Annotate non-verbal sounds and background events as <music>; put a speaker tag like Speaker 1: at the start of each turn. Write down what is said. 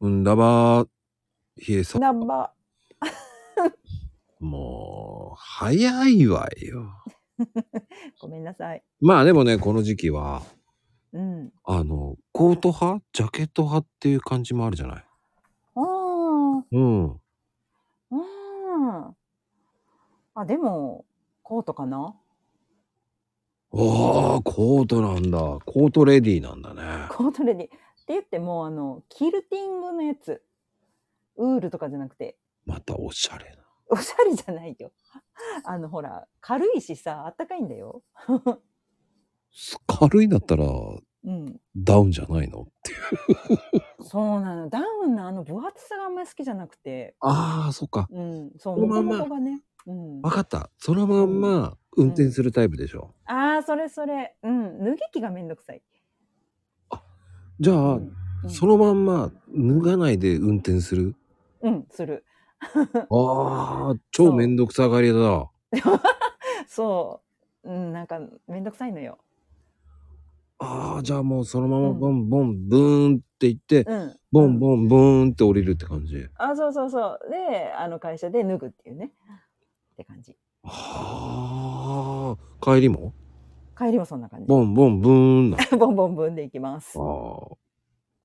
Speaker 1: うんだばー、ひえさん。
Speaker 2: ナンバ
Speaker 1: もう、早いわよ。
Speaker 2: ー、ごめんなさい。
Speaker 1: まあでもね、この時期は、
Speaker 2: うん。
Speaker 1: あの、コート派ジャケット派っていう感じもあるじゃない。
Speaker 2: ああ、
Speaker 1: うん。
Speaker 2: うん。あ、でも、コートかな
Speaker 1: ああ、コートなんだ。コートレディーなんだね。
Speaker 2: コートレディ。って言っても、あの、キルティングのやつ。ウールとかじゃなくて、
Speaker 1: またおしゃれな。
Speaker 2: おしゃれじゃないよ。あの、ほら、軽いしさ、あったかいんだよ。
Speaker 1: す軽いんだったら、
Speaker 2: うん。
Speaker 1: ダウンじゃないのっていう。
Speaker 2: そうなの。ダウンのあの分厚さがあんまり好きじゃなくて。
Speaker 1: ああ、そっか。
Speaker 2: うん。そ
Speaker 1: そ
Speaker 2: う、
Speaker 1: のま
Speaker 2: もこ
Speaker 1: んま
Speaker 2: もこがね。うん。
Speaker 1: わかった。そのまんま運転するタイプでしょ。
Speaker 2: ああ、それそれ。うん。脱ぎ着がめんどくさい。
Speaker 1: じゃあ、
Speaker 2: うんうん
Speaker 1: そのまんま脱がないで運転する。
Speaker 2: うん、する。
Speaker 1: ああ、超めんどくさがりだ。
Speaker 2: そう。うん、なんか、めんどくさいのよ。
Speaker 1: ああ、じゃあもうそのまま
Speaker 2: うん
Speaker 1: ボンボンブーンって行って、
Speaker 2: うん。
Speaker 1: ボ
Speaker 2: う
Speaker 1: ン
Speaker 2: ん
Speaker 1: ボンブーンって降りるって感じ。
Speaker 2: あ、そうそうそう。で、あの会社で脱ぐっていうね。って感じ。
Speaker 1: はあ、帰りも
Speaker 2: 帰りもそんな感じ。 <laughs>
Speaker 1: ボンボンブーンな。
Speaker 2: ボンボンボンでいきます。
Speaker 1: あ